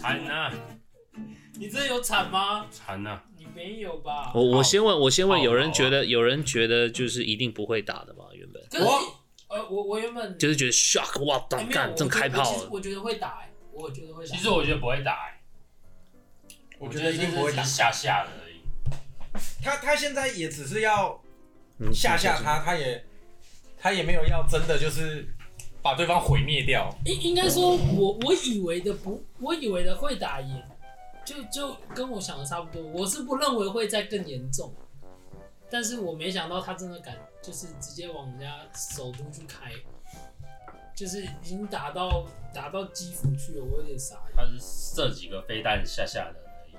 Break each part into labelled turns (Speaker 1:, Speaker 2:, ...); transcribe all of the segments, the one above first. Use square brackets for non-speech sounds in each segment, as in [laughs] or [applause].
Speaker 1: 惨呐，
Speaker 2: 啊你真的有惨吗？
Speaker 1: 惨啊呐！
Speaker 2: 你没有吧？
Speaker 3: 哦我我
Speaker 1: 好
Speaker 3: 先问，我先问，
Speaker 1: 好
Speaker 3: 有人
Speaker 1: 好
Speaker 3: 觉得有人觉得就是一定不会打的吗？原本
Speaker 2: 可是
Speaker 1: 我
Speaker 2: 呃，我我原本
Speaker 3: 就是觉得 shock，哇，
Speaker 2: 哎
Speaker 3: 当
Speaker 2: 没有
Speaker 3: 干
Speaker 2: 我
Speaker 3: 正
Speaker 2: 觉
Speaker 3: 开
Speaker 2: 我
Speaker 3: 炮
Speaker 2: 其实
Speaker 3: 了，
Speaker 2: 我觉得会打，哎，我觉得会打。
Speaker 1: 其实我觉得不会打、欸，
Speaker 4: 我
Speaker 1: 觉
Speaker 4: 觉得一定不会
Speaker 1: 这
Speaker 4: 打
Speaker 1: 只是吓吓的而已。
Speaker 4: 他他现在也只是要
Speaker 3: 嗯
Speaker 4: 吓吓他，他也他也没有要真的就是把对方毁灭掉。
Speaker 2: 应应该说我，我以为的不，我以为的会打也，就就跟我想的差不多。我是不认为会再更严重，但是我没想到他真的敢，就是直接往人家首都去开，就是已经打到打到基辅去了，我有点傻眼。
Speaker 1: 他是射几个飞弹吓吓的而已。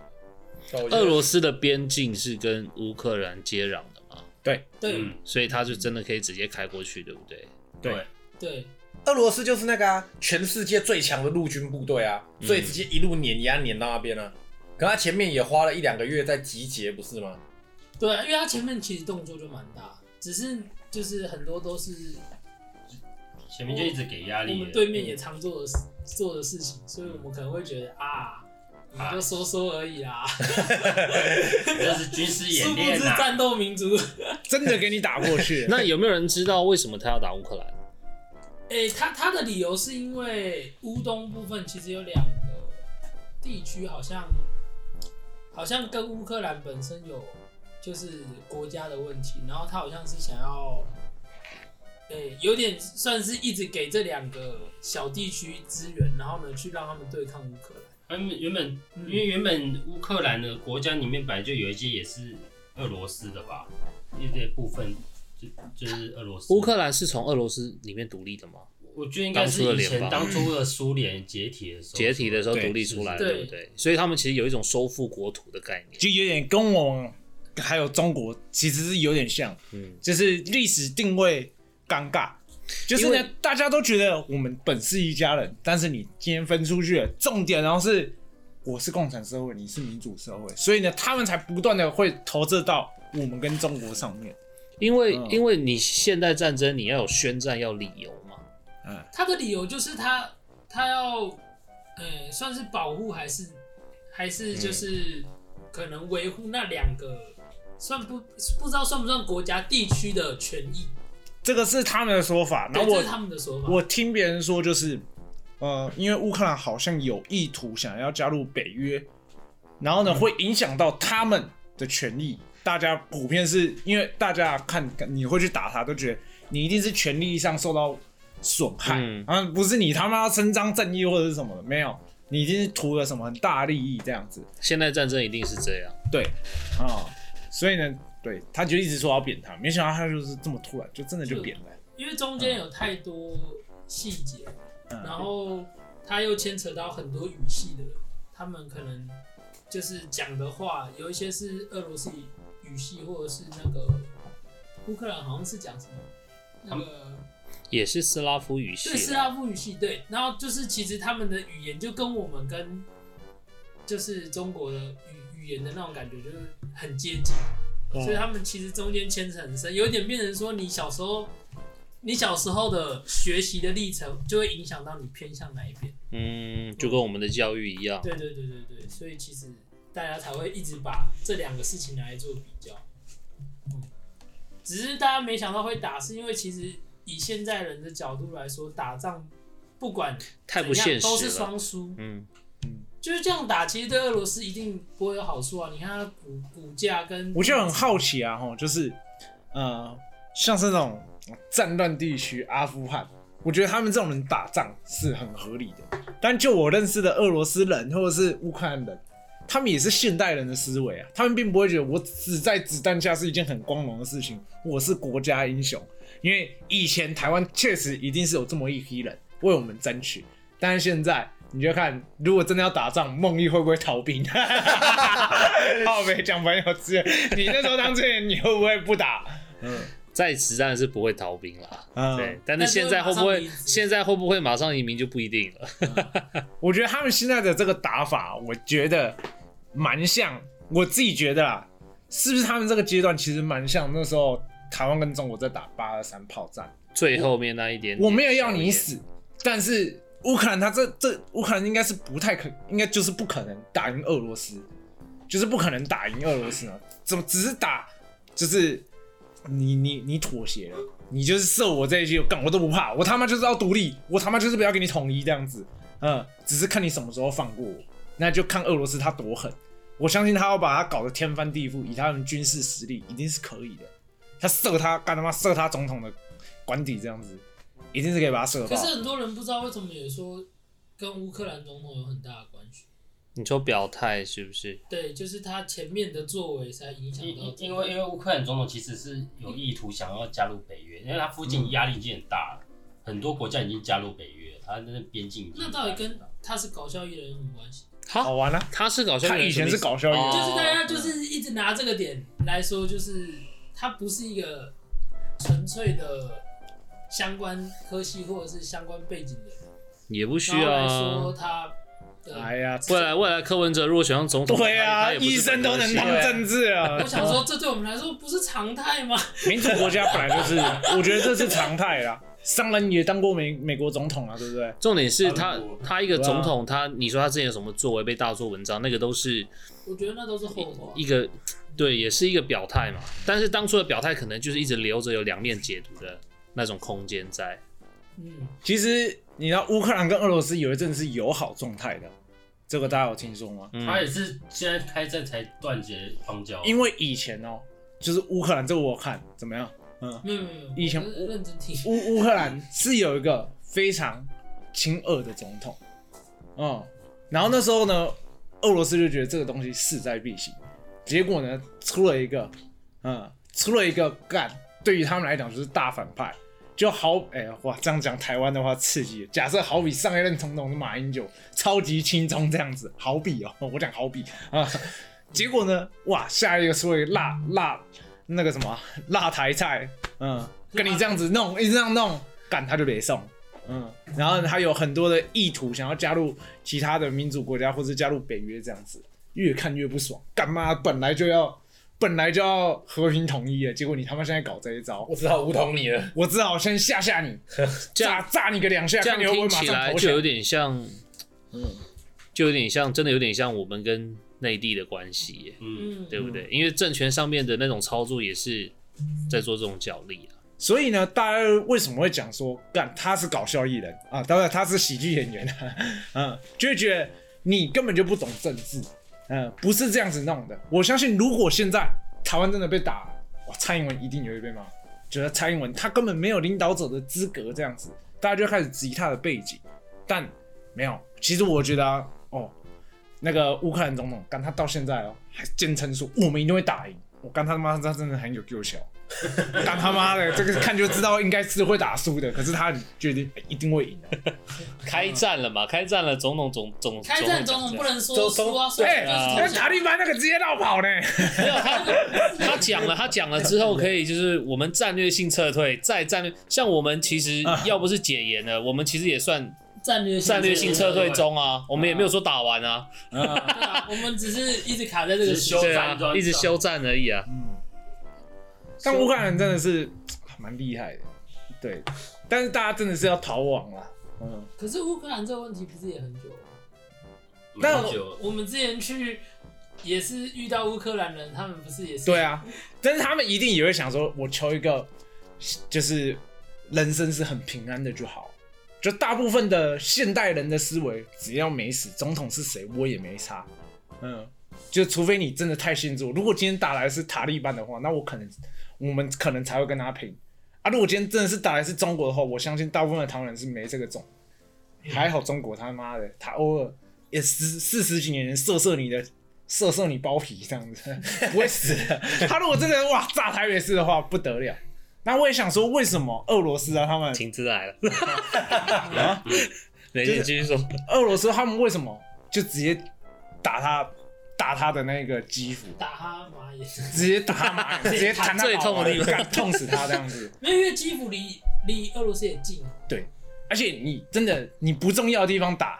Speaker 3: 俄罗斯的边境是跟乌克兰接壤的嘛，
Speaker 2: 对、
Speaker 1: 嗯，
Speaker 3: 所以他就真的可以直接开过去，对不对？
Speaker 4: 对
Speaker 1: 对，
Speaker 2: 对，
Speaker 4: 俄罗斯就是那个啊，全世界最强的陆军部队啊，所以直接一路碾压碾到那边啊。可他前面也花了一两个月在集结，不是吗？ [laughs]
Speaker 2: 对，啊因为他前面其实动作就蛮大，只是就是很多都是
Speaker 1: 前面就一直给压
Speaker 2: 我
Speaker 1: 力
Speaker 4: 哦
Speaker 1: 嗯
Speaker 2: 们
Speaker 4: 啊
Speaker 1: 了。
Speaker 2: 对面也常做的事做的事情，所以我们可能会觉得啊，你就说说而已啦。
Speaker 1: 这是军事
Speaker 2: 殊
Speaker 1: 演
Speaker 2: 不
Speaker 1: 练
Speaker 2: 知
Speaker 1: 呐、啊。
Speaker 2: 战斗民族，
Speaker 5: 真的给你打过
Speaker 4: 嗯
Speaker 5: 去。
Speaker 3: 那有没有人知道为什么他要打乌克兰？
Speaker 2: 诶、他他的理由是因为乌东部分其实有两个地区，好像好像跟乌克兰本身有就是国家的问题，然后他好像是想要，诶、有点算是一直给这两个小地区资源，然后呢去让他们对抗乌克兰。
Speaker 1: 原本原本
Speaker 2: 嗯
Speaker 1: 因为原本乌克兰的国家里面本来就有一些也是俄罗斯的吧，一些部分就就是俄罗斯。
Speaker 3: 乌克兰是从俄罗斯里面独立的吗？
Speaker 1: 我觉得应该是以前
Speaker 3: 当
Speaker 1: 当初的苏联解体的时候，
Speaker 3: 解体的时候
Speaker 5: 对嗯
Speaker 3: 独立出来，
Speaker 2: 是是
Speaker 3: 对不对？所以他们其实有一种收复国土的概念。
Speaker 5: 就有点跟我们还有中国其实是有点像，
Speaker 3: 嗯，
Speaker 5: 就是历史定位尴尬，就是
Speaker 3: 因
Speaker 5: 呢大家都觉得我们本是一家人，但是你今天分出去了，重点然后是我是共产社会，你是民主社会，所以呢他们才不断的会投射到我们跟中国上面，
Speaker 3: 因为、
Speaker 5: 嗯
Speaker 3: 因为你现代战争你要有宣战，要理由嘛。
Speaker 5: 嗯，
Speaker 2: 他的理由就是他他要，呃，算是保护还是还是就是可能维护那两个，算不不知道算不算国家地区的权益？
Speaker 5: 这个是他们的说法，然
Speaker 2: 对，
Speaker 5: 后
Speaker 2: 这
Speaker 5: 我
Speaker 2: 是他们的说法。
Speaker 5: 我听别人说，就是呃，因为乌克兰好像有意图想要加入北约，然后呢，会影响到他们的权利。大家普遍是因为大家看你会去打他，都觉得你一定是权利上受到损害，
Speaker 3: 嗯
Speaker 5: 啊，不是你他妈要伸张正义或者是什么的，没有，你一定是图了什么很大利益这样子
Speaker 3: 现代战争一定是这样。
Speaker 5: 啊、所以呢，对，他就一直说要扁他，没想到他就是这么突然，就真的就扁了。
Speaker 2: 因为中间有太多细节，
Speaker 5: 嗯
Speaker 2: 然后他又牵扯到很多语系的，他们可能就是讲的话，有一些是俄罗斯语系，或者是那个乌克兰好像是讲什么那个。
Speaker 3: 也是斯拉夫语系啦，
Speaker 2: 对，斯拉夫语系对，然后就是其实他们的语言就跟我们跟就是中国的语语言的那种感觉就是很接近，所以他们其实中间牵扯很深，有点变成说你小时候你小时候的学习的历程就会影响到你偏向哪一边。
Speaker 3: 嗯，就跟我们的教育一样。
Speaker 2: 对对对对对，所以其实大家才会一直把这两个事情拿来做比较。嗯，只是大家没想到会打，是因为其实以现在人的角度来说，打仗不管
Speaker 3: 太不
Speaker 2: 怎样
Speaker 3: 现实了
Speaker 2: 都是双输，
Speaker 3: 嗯，
Speaker 2: 就是这样打，其实对俄罗斯一定不会有好处啊！你看它股股价跟
Speaker 5: 我就很好奇啊，吼，就是呃，像是那种战乱地区，阿富汗，我觉得他们这种人打仗是很合理的。但就我认识的俄罗斯人或者是乌克兰人，他们也是现代人的思维啊，他们并不会觉得我死在子弹下是一件很光荣的事情，我是国家英雄。因为以前台湾确实一定是有这么一批人为我们争取，但是现在你就看，如果真的要打仗，梦毅会不会逃兵？ [laughs] 好没讲朋友之 [laughs] 你那时候当志愿，你会不会不打？
Speaker 3: 在职战是不会逃兵啦。
Speaker 5: [laughs] 嗯
Speaker 3: 对，但
Speaker 2: 那
Speaker 3: 是
Speaker 2: 就
Speaker 3: 现在会
Speaker 2: 马
Speaker 3: 不
Speaker 2: 上
Speaker 3: 会
Speaker 2: 移？植
Speaker 3: 现在会不会马上移民就不一定了。 [laughs]
Speaker 5: 我觉得他们现在的这个打法，我觉得蛮像，我自己觉得啦，是不是他们这个阶段其实蛮像那时候台湾跟中国在打八二三炮战？
Speaker 3: 最后面那一点点
Speaker 5: 我没有要
Speaker 3: 小一
Speaker 5: 你
Speaker 3: 点，
Speaker 5: 死，但是乌克兰他这这乌克兰应该是不太可，应该就是不可能打赢俄罗斯，就是不可能打赢俄罗斯啊！怎么只是打，就是你你你妥协了，你就是射我这一句，干我都不怕，我他妈就是要独立，我他妈就是不要给你统一这样子，嗯，只是看你什么时候放过我，那就看俄罗斯他多狠。我相信他要把他搞得天翻地覆，以他们军事实力一定是可以的。他射他干他妈射他总统的官邸这样子，一定是可以把他射
Speaker 2: 可
Speaker 5: 爆。
Speaker 2: 是很多人不知道为什么也说跟乌克兰总统有很大的关系。
Speaker 3: 你说表态是不是？
Speaker 2: 对，就是他前面的作为才影响
Speaker 1: 因
Speaker 2: 到
Speaker 1: 因因为因为乌克兰总统其实是有意图想要加入北约，因为他附
Speaker 2: 嗯
Speaker 1: 近压力已经很大了，很多国家已经加入北约，他那边境已经
Speaker 2: 那到底跟他是搞笑艺人有什么关系？
Speaker 5: 好
Speaker 3: 好，
Speaker 5: 玩啊！
Speaker 3: 他是搞笑艺
Speaker 5: 他
Speaker 3: 人，
Speaker 5: 以前
Speaker 3: 什么意思
Speaker 5: 是搞笑艺人
Speaker 3: 哦
Speaker 2: 就是大家就是一直拿这个点来说，就是它不是一个纯粹的相关科系或者是相关背景的人，
Speaker 3: 也不需
Speaker 2: 然后
Speaker 3: 要
Speaker 2: 来
Speaker 3: 啊
Speaker 2: 说。他的。
Speaker 5: 哎呀，
Speaker 3: 未来未来柯文哲如果选上总统，
Speaker 5: 对
Speaker 3: 他
Speaker 5: 啊，
Speaker 3: 也不是
Speaker 5: 医生都能当
Speaker 3: 本科系啊
Speaker 5: 政治啊
Speaker 2: [laughs] 我。想说，这对我们来说不是常态吗？ [laughs]
Speaker 5: 民主国家本来就是，我觉得这是常态啦。商人也当过美美国总统啊，对不对？
Speaker 3: 重点是他
Speaker 1: 韩国
Speaker 3: 他一个总统，他你说他之前有什么作为被大做文章，那个都是
Speaker 2: 我觉得那都是后话。
Speaker 3: 一个对，也是一个表态嘛。但是当初的表态可能就是一直留着有两面解读的那种空间在。
Speaker 2: 嗯，
Speaker 5: 其实你知道乌克兰跟俄罗斯有一阵是友好状态的，这个大家有听说吗？
Speaker 1: 他也是现在开战才断绝邦交，
Speaker 5: 嗯因为以前哦、就是乌克兰这个我看怎么样？嗯，
Speaker 2: 没有没有没有，
Speaker 5: 以前
Speaker 2: 我就是认真听。
Speaker 5: 乌乌克兰是有一个非常亲俄的总统，嗯，然后那时候呢，俄罗斯就觉得这个东西势在必行，结果呢出了一个，嗯，出了一个干，对于他们来讲就是大反派，就好，哎、呀，哇，这样讲台湾的话刺激，假设好比上一任总统是马英九，超级轻松这样子，好比哦， [laughs] 我讲好比啊、结果呢，哇，下一个出了一个辣辣那个什么辣台菜，嗯，跟你这样子弄，一直这样弄，干他就别送。嗯，然后他有很多的意图，想要加入其他的民主国家，或是加入北约这样子，越看越不爽。干嘛本来就要，本来就要和平统一了，结果你他妈现在搞这一招，
Speaker 4: [laughs] 我只好梧桐你了。
Speaker 5: 我只好先吓吓
Speaker 3: [laughs]
Speaker 5: 你，炸炸你个两下，
Speaker 3: 这
Speaker 5: 看
Speaker 3: 样
Speaker 5: 你会不会
Speaker 3: 听
Speaker 5: 马
Speaker 3: 起来
Speaker 5: 上投
Speaker 3: 就有
Speaker 5: 降。
Speaker 3: 点像，嗯，就有点像，真的有点像我们跟内地的关系耶，
Speaker 1: 嗯，
Speaker 2: 嗯，
Speaker 3: 对不对？因为政权上面的那种操作也是在做这种角力啊。
Speaker 5: 所以呢，大家为什么会讲说，干他是搞笑艺人啊？当然他是喜剧演员啊， [laughs] 嗯，就会觉得你根本就不懂政治，嗯，不是这样子弄的。我相信，如果现在台湾真的被打了，哇，蔡英文一定也会被骂，觉得蔡英文他根本没有领导者的资格这样子，大家就开始质疑他的背景。但没有，其实我觉得啊，哦，那个乌克兰总统，干他到现在哦，还坚称说我们一定会打赢。我干他妈，他真的很有救小，干他妈的，这个看就知道应该是会打输的，可是他决定哎一定会赢的。嗯
Speaker 3: 开战了嘛？开战了，总统总总
Speaker 2: 开战总统
Speaker 3: 讲
Speaker 2: 不能说
Speaker 4: 总统
Speaker 2: 输啊，输
Speaker 5: 哎、
Speaker 2: 了
Speaker 5: 那
Speaker 2: 就是投
Speaker 5: 塔
Speaker 2: 降。
Speaker 5: 利班那个直接绕跑呢。
Speaker 3: 这样 [laughs] 没有他他讲了，他讲了之后可以就是我们战略性撤退，再战略像我们其实
Speaker 5: 啊
Speaker 3: 要不是解严了，我们其实也算
Speaker 2: 战略
Speaker 3: 战略性撤
Speaker 1: 撤退
Speaker 3: 退中啊，我们也没有说打完啊，
Speaker 2: 对啊，我们只是一直卡在这个
Speaker 1: 只是休
Speaker 3: 对
Speaker 1: 战
Speaker 3: 啊，
Speaker 1: 中
Speaker 3: 一直休战而已啊。
Speaker 5: 但乌克兰真的是 [sighs] 蛮厉害的，对，但是大家真的是要逃亡啦。嗯，
Speaker 2: 可是乌克兰这个问题不是也很久了？
Speaker 1: 蛮久，
Speaker 2: 我们之前去也是遇到乌克兰人，他们不是也是
Speaker 5: 对啊，但是他们一定也会想说，我求一个，就是人生是很平安的就好。就大部分的现代人的思维，只要没死，总统是谁我也没差。嗯，就除非你真的太信我，如果今天打来是塔利班的话，那我可能我们可能才会跟他拼啊。如果今天真的是打来是中国的话，我相信大部分的台湾人是没这个种。还好中国他妈的，他偶尔也十四十几年射射你的射射你包皮这样子， [laughs] 不会死的。他如果真的哇炸台北市的话，不得了。那我也想说，为什么俄罗斯啊，他们
Speaker 3: 停止来了。
Speaker 5: 啊
Speaker 3: [laughs] 等一下继续说。
Speaker 5: 俄罗斯他们为什么就直接打他打他的那个基辅，
Speaker 2: 打他妈耶！
Speaker 5: 直接打他马，
Speaker 3: [laughs]
Speaker 5: 直接弹他
Speaker 3: 最痛的地方
Speaker 5: 脑门痛死他这样子。
Speaker 2: 没有，因为基辅离离俄罗斯也近啊，
Speaker 5: 对，而且你真的你不重要的地方打，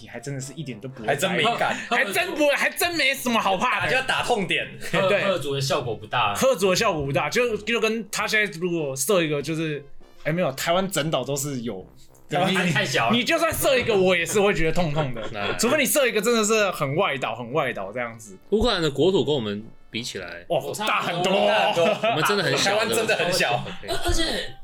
Speaker 5: 你还真的是一点都不会
Speaker 4: 还真没
Speaker 5: 在意
Speaker 4: 敢，
Speaker 5: 还真不还真没什么好怕
Speaker 4: 打
Speaker 5: 的
Speaker 4: 就。要打痛点。
Speaker 1: 赫
Speaker 5: 对
Speaker 1: 赫族的效果不大，
Speaker 5: 喝足的效果不大，就就跟他现在如果设一个就是，哎、没有，台湾整岛都是有对
Speaker 1: 台湾太小了
Speaker 5: 你，就算射一个，我也是会觉得痛痛的
Speaker 3: 哎，
Speaker 5: 除非你射一个真的是很外岛、很外岛这样子，
Speaker 3: 乌克兰的国土跟我们比起来，
Speaker 5: 哇，大很多
Speaker 4: 那
Speaker 5: 哦。
Speaker 4: 都
Speaker 3: 我们真的很小，
Speaker 4: 啊台湾真的很小。
Speaker 2: 而而且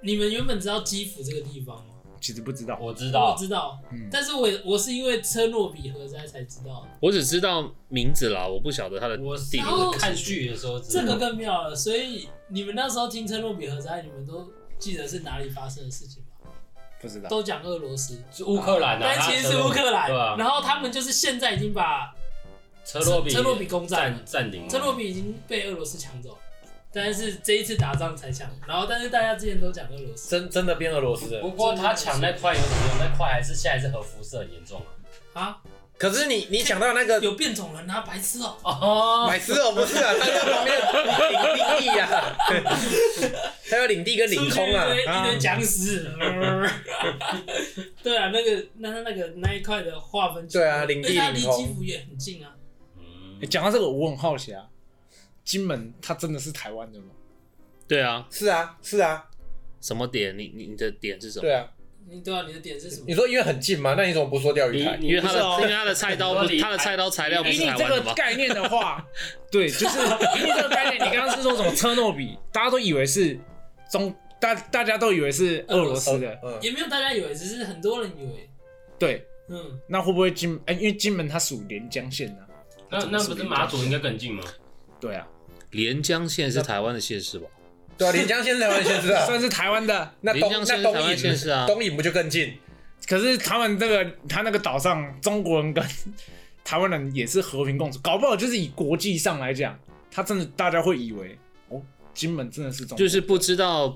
Speaker 2: 你们原本知道基辅这个地方吗？
Speaker 5: 其实不知道，
Speaker 1: 我知
Speaker 2: 我
Speaker 1: 道，
Speaker 2: 知道，
Speaker 5: 嗯
Speaker 2: 但是我也我是因为车诺比核灾才知道的，
Speaker 3: 我只知道名字啦，我不晓得它的
Speaker 1: 我是
Speaker 3: 地理
Speaker 2: 然后
Speaker 3: 位置。
Speaker 1: 看剧的时候知
Speaker 2: 这
Speaker 1: 道
Speaker 2: 个更妙了。所以你们那时候听车诺比核灾，你们都记得是哪里发生的事情吗？
Speaker 5: 不知道，
Speaker 2: 都讲俄罗斯，
Speaker 1: 是乌克兰啊，
Speaker 2: 但其实是乌克
Speaker 1: 对啊
Speaker 2: 兰。
Speaker 1: 吧？
Speaker 2: 然后他们就是现在已经把
Speaker 1: 车洛比
Speaker 2: 车洛比攻占
Speaker 1: 占占领了，
Speaker 2: 车诺比已经被俄罗斯抢走，但是这一次打仗才抢。然后但是大家之前都讲俄罗斯
Speaker 4: 真真的变俄罗斯了。
Speaker 1: 不过他抢那块有什么用？那块还是现在是核辐射很严重啊。
Speaker 2: 啊，
Speaker 4: 可是你你讲到那个
Speaker 2: 有变种人啊，白痴哦、
Speaker 1: 哦，
Speaker 4: 买石头不是
Speaker 2: [laughs]
Speaker 4: 啊，他在旁边领地呀、啊，
Speaker 2: [laughs]
Speaker 4: 他有领地跟
Speaker 2: 出
Speaker 4: 领
Speaker 2: 去一
Speaker 4: 空啊。
Speaker 2: 堆一
Speaker 5: 啊
Speaker 2: 堆僵尸。对啊，那个那他那个那一块的划分区，
Speaker 4: 对啊领地
Speaker 2: 而且它离
Speaker 4: 领空
Speaker 2: 基辅也很近啊。
Speaker 5: 欸
Speaker 1: 嗯，
Speaker 5: 讲到这个，我很好奇啊，金门它真的是台湾的吗？
Speaker 3: 对啊，
Speaker 4: 是啊，是啊，
Speaker 3: 什么点？你你你的点是什么？
Speaker 4: 对啊。
Speaker 2: 你对啊，你的点是什么
Speaker 4: 你？说因为很近嘛，那你怎么不说钓鱼台？
Speaker 1: 你
Speaker 3: 因为它
Speaker 5: 不是哦
Speaker 3: 的因为它的菜刀不
Speaker 1: 你
Speaker 3: 是它的菜刀材料不
Speaker 5: 以
Speaker 3: 是
Speaker 5: 你
Speaker 3: 台
Speaker 5: 这
Speaker 3: 湾
Speaker 5: 个
Speaker 3: 的吗？
Speaker 5: 概念的话， [laughs] 对，就是以你这个概念，你刚刚是说什么车诺比，大家都以为是中，大大家都以为是俄罗斯的，
Speaker 4: 嗯，
Speaker 2: 也没有大家以为，只是很多人以为，
Speaker 5: 对，
Speaker 2: 嗯，
Speaker 5: 那会不会金？哎、因为金门它属连江县呐、
Speaker 1: 那那不是马祖应该更近吗？
Speaker 5: 对啊，
Speaker 3: 连江县是台湾的县市吧？
Speaker 4: 对啊，连江县是台湾县
Speaker 3: [laughs]
Speaker 4: 市啊，
Speaker 5: 算是台湾的，
Speaker 4: 那
Speaker 3: 连
Speaker 4: 东
Speaker 3: 江县
Speaker 4: 那
Speaker 3: 是
Speaker 4: 东
Speaker 3: 台湾县市
Speaker 4: 引、
Speaker 3: 啊
Speaker 4: 东引不就更近？
Speaker 5: 可是他们这个他那个岛上中国人跟 [laughs] 台湾人也是和平共处，搞不好就是以国际上来讲，他真的大家会以为哦，金门真的是中国
Speaker 3: 就是不知道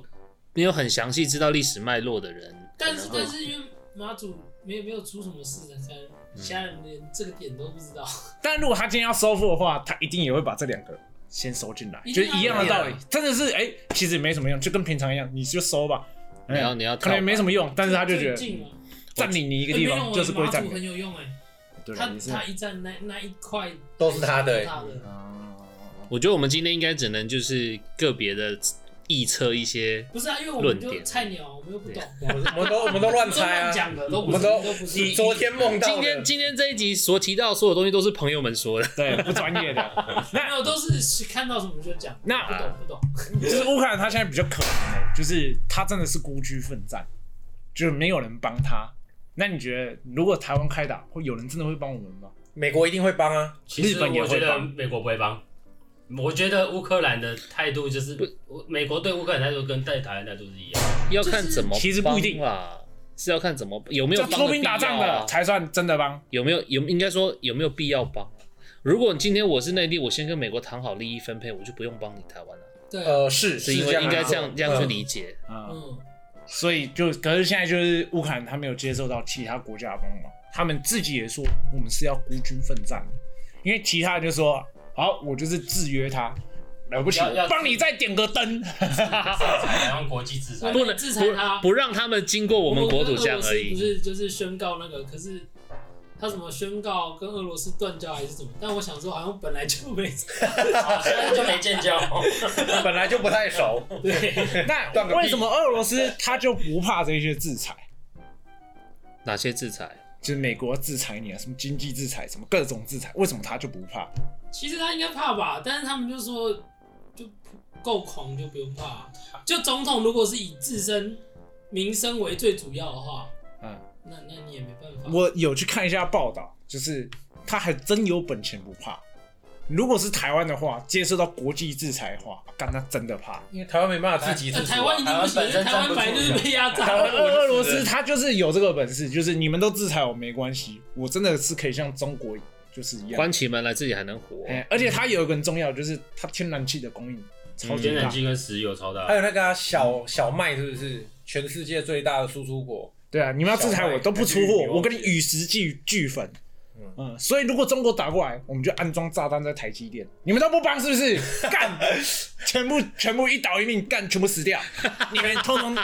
Speaker 3: 没有很详细知道历史脉络的人，
Speaker 2: 但是
Speaker 3: 可能
Speaker 2: 但
Speaker 3: 会
Speaker 2: 是因为马祖没有没有出什么事，才
Speaker 4: 嗯
Speaker 2: 其他人连这个点都不知道。
Speaker 5: 但如果他今天要收复的话，他一定也会把这两个先收进来，
Speaker 2: 一
Speaker 5: 就
Speaker 2: 定要
Speaker 5: 一样的道理
Speaker 4: 一定。
Speaker 5: 真的是哎、其实也没什么用，就跟平常一样，你就收吧。
Speaker 3: 你要
Speaker 5: 嗯
Speaker 3: 你要
Speaker 5: 可能也没什
Speaker 3: 么
Speaker 5: 么用，但是他就
Speaker 2: [laughs] 最
Speaker 5: 觉得
Speaker 2: 近啊哎嘛，
Speaker 5: 占领你一
Speaker 2: 一
Speaker 5: 个地方就是归占
Speaker 2: 马啊祖很
Speaker 5: 领。
Speaker 2: 有用哎，
Speaker 5: 对
Speaker 2: 他
Speaker 5: 啊，也是。
Speaker 2: 他一站那那一块
Speaker 4: 都是他的
Speaker 2: 都
Speaker 4: 哎
Speaker 2: 他的。
Speaker 5: 哦
Speaker 3: 我觉得我们今天应该只能就是个别的臆测一些，
Speaker 2: 不是啊，因为我们
Speaker 3: 论
Speaker 2: 就
Speaker 3: 点
Speaker 2: 菜鸟，我们又不懂，
Speaker 4: 我们都
Speaker 2: [laughs]
Speaker 4: 我们都乱猜
Speaker 2: 都乱
Speaker 4: 啊，
Speaker 2: 讲的都
Speaker 4: 我
Speaker 2: 不
Speaker 4: 们
Speaker 2: 是
Speaker 4: 都
Speaker 2: 都不
Speaker 4: 你
Speaker 2: 是。
Speaker 4: 昨天梦到的
Speaker 3: 今天今天这一集所提到的所有东西都是朋友们说
Speaker 5: [laughs]
Speaker 3: 的，
Speaker 5: 对，不专
Speaker 2: [laughs]
Speaker 5: 业的。
Speaker 2: 没有，都是看到什么就讲，
Speaker 5: 那
Speaker 2: 不懂不懂。
Speaker 5: 就是乌克兰，他现在比较可怜的，就是他真的是孤军奋战，就是没有人帮他。那你觉得，如果台湾开打，会有人真的会帮我们吗？
Speaker 4: 美国一定会帮啊，
Speaker 1: 其实
Speaker 5: 日本也
Speaker 1: 我
Speaker 5: 会
Speaker 1: 觉得
Speaker 5: 帮
Speaker 1: 美国不会帮。我觉得乌克兰的态度就是，美国对乌克兰态度跟对台湾态度是一样的。
Speaker 3: 要看怎么帮啦
Speaker 5: 其实不一定
Speaker 3: 是要看怎么有没有
Speaker 5: 就
Speaker 3: 帮
Speaker 5: 出兵打仗
Speaker 3: 必要啊
Speaker 5: 的才算真的帮。
Speaker 3: 有没有有应该说有没有必要帮啊？如果你今天我是内地，我先跟美国谈好利益分配，我就不用帮你台湾了、
Speaker 2: 对，
Speaker 4: 呃，是
Speaker 3: 是因为
Speaker 4: 这样
Speaker 3: 应该
Speaker 4: 没
Speaker 3: 这
Speaker 4: 错
Speaker 3: 样这样去
Speaker 4: 嗯
Speaker 3: 理解。
Speaker 5: 啊。
Speaker 2: 嗯，
Speaker 5: 所以就可是现在就是乌克兰他没有接受到其他国家的帮忙，他们自己也说我们是要孤军奋战的，因为其他人就说好，我就是制约他，了不起
Speaker 1: 要要，
Speaker 5: 帮你再点个灯，
Speaker 1: 采用国际制裁，
Speaker 2: 不能制裁
Speaker 5: 嗯
Speaker 2: 他，
Speaker 3: 不让他们经过我们国土这样而
Speaker 2: 不
Speaker 3: 已。
Speaker 2: 是就是宣告那个，可是他怎么宣告跟俄罗斯断交还是怎么？但我想说，好像本来就没
Speaker 1: 好现在就没建 [laughs] 交。
Speaker 4: 本来就不太熟，断
Speaker 5: 那
Speaker 4: 个屁
Speaker 5: 为什么俄罗斯他就不怕这些制裁？
Speaker 3: 哪些制裁？
Speaker 5: 就是美国制裁你啊，什么经济制裁，什么各种制裁，为什么他就不怕？
Speaker 2: [laughs] 其实他应该怕吧，但是他们就说就够狂就不用怕。就总统如果是以自身民生为最主要的话，
Speaker 5: 嗯，
Speaker 2: 那那你也没办法。
Speaker 5: 我有去看一下报道，就是他还真有本钱不怕。如果是台湾的话，接受到国际制裁的话，干他真的怕。
Speaker 4: 因为台湾没办法自给自
Speaker 2: 呃
Speaker 4: 足啊、
Speaker 2: 台湾一定不行，
Speaker 1: 台湾本身
Speaker 2: 台湾本来就是被压
Speaker 4: 台
Speaker 2: 榨
Speaker 4: 湾。
Speaker 5: 俄俄罗斯他就是有这个本事，就是你们都制裁我没关系，我真的是可以像中国就是一样。
Speaker 3: 关起门来自己还能活。
Speaker 5: 哎、而且他有一个很重要，就是他天然气的供应超级
Speaker 1: 天然
Speaker 5: 大。
Speaker 1: 气跟石油超大
Speaker 4: 还，有那个啊、小小麦是不是全世界最大的输出国？
Speaker 5: 对啊，你们要制裁
Speaker 4: 小
Speaker 5: 我
Speaker 4: 麦
Speaker 5: 都不出
Speaker 4: 还是
Speaker 5: 货
Speaker 4: 牛，
Speaker 5: 我跟你与时俱俱焚。嗯，所以如果中国打过来，我们就安装炸弹在台积电，你们都不帮是不是？ [laughs] 干，全部全部一倒一命，干全部死掉， [laughs] 你们通通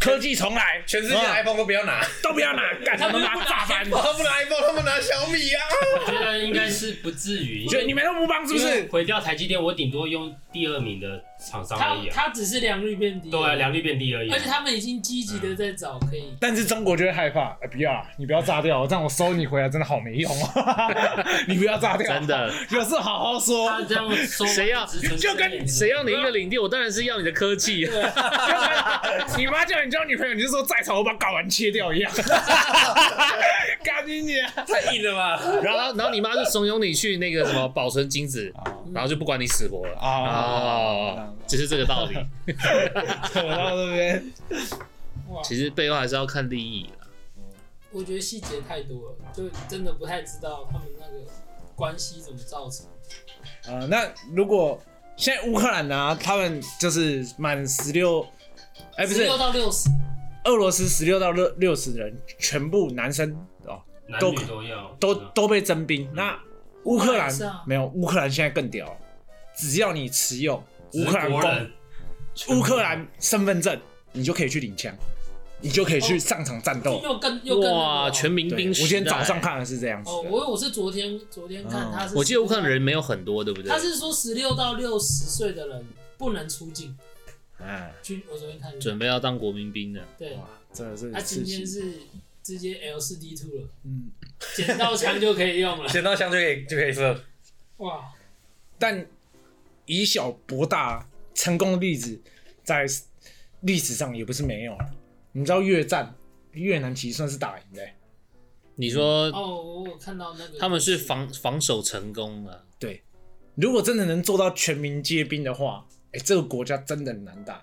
Speaker 5: 科技重来，
Speaker 4: 全世界的
Speaker 5: 嗯
Speaker 3: 啊
Speaker 4: iPhone 都不要拿，
Speaker 5: 都不要拿，干他们拿炸弹，
Speaker 4: 他们拿 iPhone，他们拿啊，小米啊，
Speaker 1: 我觉得应该是不至于，
Speaker 5: 就你们都不帮是不
Speaker 1: 因为
Speaker 5: 是？
Speaker 1: 毁掉台积电，我顶多用第二名的厂商而
Speaker 2: 他
Speaker 1: 已啊。
Speaker 2: 他只是良率变低，
Speaker 1: 对啊，良率变低而已啊。
Speaker 2: 而且他们已经积极的在找可
Speaker 3: 嗯
Speaker 2: 以，
Speaker 5: 但是中国就会害怕，哎、不要啊，你不要炸掉，这样我收你回来真的好没用啊！你不要炸掉，
Speaker 3: 真的，
Speaker 5: 有事好好
Speaker 1: 他
Speaker 5: 说。
Speaker 1: 这样收，
Speaker 3: 谁要
Speaker 1: 只存
Speaker 5: 就跟
Speaker 1: 10年
Speaker 3: 谁要你一个领地，我当然是要你的科技。啊
Speaker 5: 你妈叫你交女朋友，你就说再吵我把睾丸切掉一样，干你娘！
Speaker 4: 太硬了吧？
Speaker 3: 然后，然后你妈就怂恿你去那个什么保存精子，然后就不管你死活了。
Speaker 5: 啊
Speaker 3: 哦，就是这个道理。 [laughs]
Speaker 5: 扯到这边，
Speaker 2: 哇，
Speaker 3: 其实背后还是要看利益啦。
Speaker 2: 我觉得细节太多了，就真的不太知道他们那个关系怎么造成。
Speaker 5: [laughs] 呃，那如果现在乌克兰呢、啊他们就是满十六，哎，不
Speaker 2: 十
Speaker 5: 是
Speaker 2: 六到六
Speaker 3: 哦
Speaker 2: 十，
Speaker 5: 俄罗斯十六到六六十人，全部男生哦，
Speaker 1: 男
Speaker 5: 都
Speaker 1: 女都要
Speaker 5: 都
Speaker 1: 嗯
Speaker 5: 都被征兵。那乌克
Speaker 2: 乌克
Speaker 5: 兰
Speaker 2: 兰是啊
Speaker 5: 没有，乌克兰现在更屌，只要你持有乌克兰
Speaker 1: 只是国人
Speaker 5: 公乌克兰身份证，你就可以去领枪，你就可
Speaker 2: 哦
Speaker 5: 以去上场战斗。
Speaker 2: 又更又更那个
Speaker 3: 哇，
Speaker 2: 哦
Speaker 3: 全民
Speaker 5: 对
Speaker 3: 兵
Speaker 5: 我
Speaker 3: 时代
Speaker 5: 今天早上看的是这样子
Speaker 2: 哦，
Speaker 5: 的，
Speaker 2: 我我是昨天昨天看
Speaker 5: 嗯
Speaker 2: 他是，
Speaker 3: 我记得乌克兰人没有很多，对不对
Speaker 2: 他？是说十六到六十岁的人不能出境。
Speaker 5: 哎，
Speaker 2: 去我昨天看
Speaker 3: 准备要当国民兵的，
Speaker 2: 对，
Speaker 5: 哇，真的是
Speaker 2: 他今
Speaker 5: 刺
Speaker 2: 天
Speaker 5: 激，
Speaker 2: 是直接 L 四 D two 了，
Speaker 5: 嗯，
Speaker 2: 剪刀枪就可以用
Speaker 5: [laughs]
Speaker 2: 了。
Speaker 4: 捡到香就可以就可以射，
Speaker 2: 哇，
Speaker 5: 但以小博大成功的例子，在历史上也不是没有啊。你知道越战越南其实算是打赢的、欸
Speaker 3: 你说
Speaker 2: 哦，我有看到那个
Speaker 3: 他们是防防守成功啊了，
Speaker 5: 对，如果真的能做到全民皆兵的话，哎、这个国家真的很难打。